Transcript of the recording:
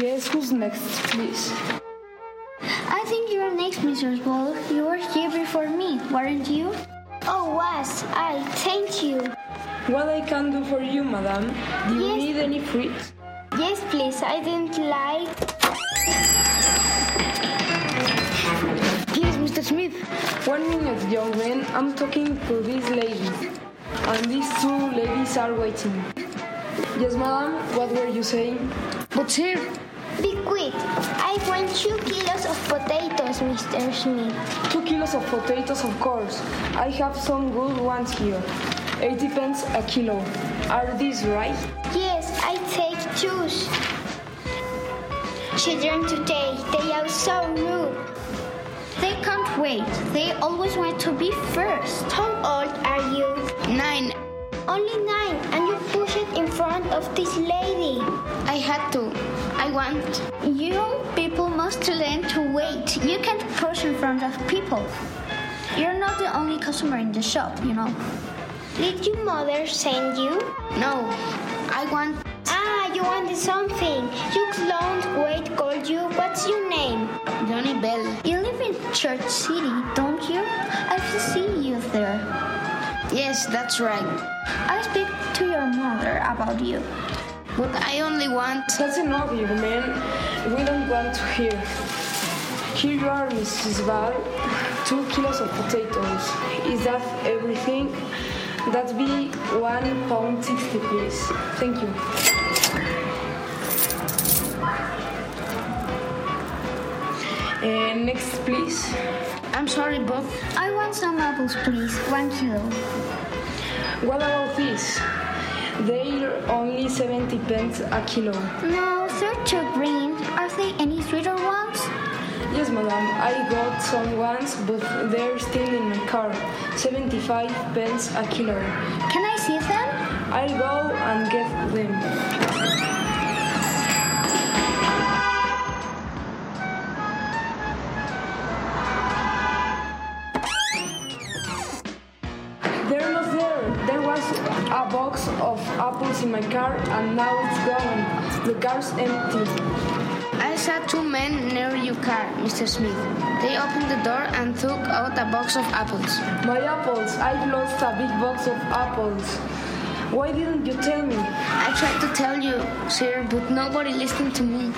Yes, who's next, please? I think you're next, Mrs. Ball. You were here before me, weren't you? Oh, was. I thank you. What I can do for you, madam? Do you Yes. need any fruit? Yes, please. I didn't like. Please, Mr. Smith. One minute, young man. I'm talking to these ladies. And these two ladies are waiting. Yes, madam, what were you saying? But sir, Be quick. I want two kilos of potatoes, Mr. Smith. Two kilos of potatoes, of course. I have some good ones here. 80 pence a kilo. Are these right? Yes, I take juice. Children today, they are so rude. They can't wait. They always want to be first. How old are you? Nine. Only nine, and you push it in front of this lady. I had to. I want. You people must learn to wait. You can't push in front of people. You're not the only customer in the shop, you know. Did your mother send you? No, I want. Ah, you wanted something. You cloned Wade called you. What's your name? Johnny Bell. You live in Church City, don't you? I've seen you there. Yes, that's right. I speak to your mother about you. But I only want. That's enough, young man. We don't want to hear. Here you are, Mrs. Val. Two kilos of potatoes. Is that everything? That'd be one pound sixty, please. Thank you. Uh, next, please. I'm sorry, Bob. I want some apples, please. One kilo. What about this? They're only 70 pence a kilo. No, they're too green. Are there any sweeter ones? Yes, madam, I got some ones, but they're still in my car. 75 pence a kilo. Can I see them? I'll go and get them. They're not there. There was a box of apples in my car, and now it's gone. The car's empty. I saw two men near your car, Mr. Smith. They opened the door and took out a box of apples. My apples, I've lost a big box of apples. Why didn't you tell me? I tried to tell you, sir, but nobody listened to me.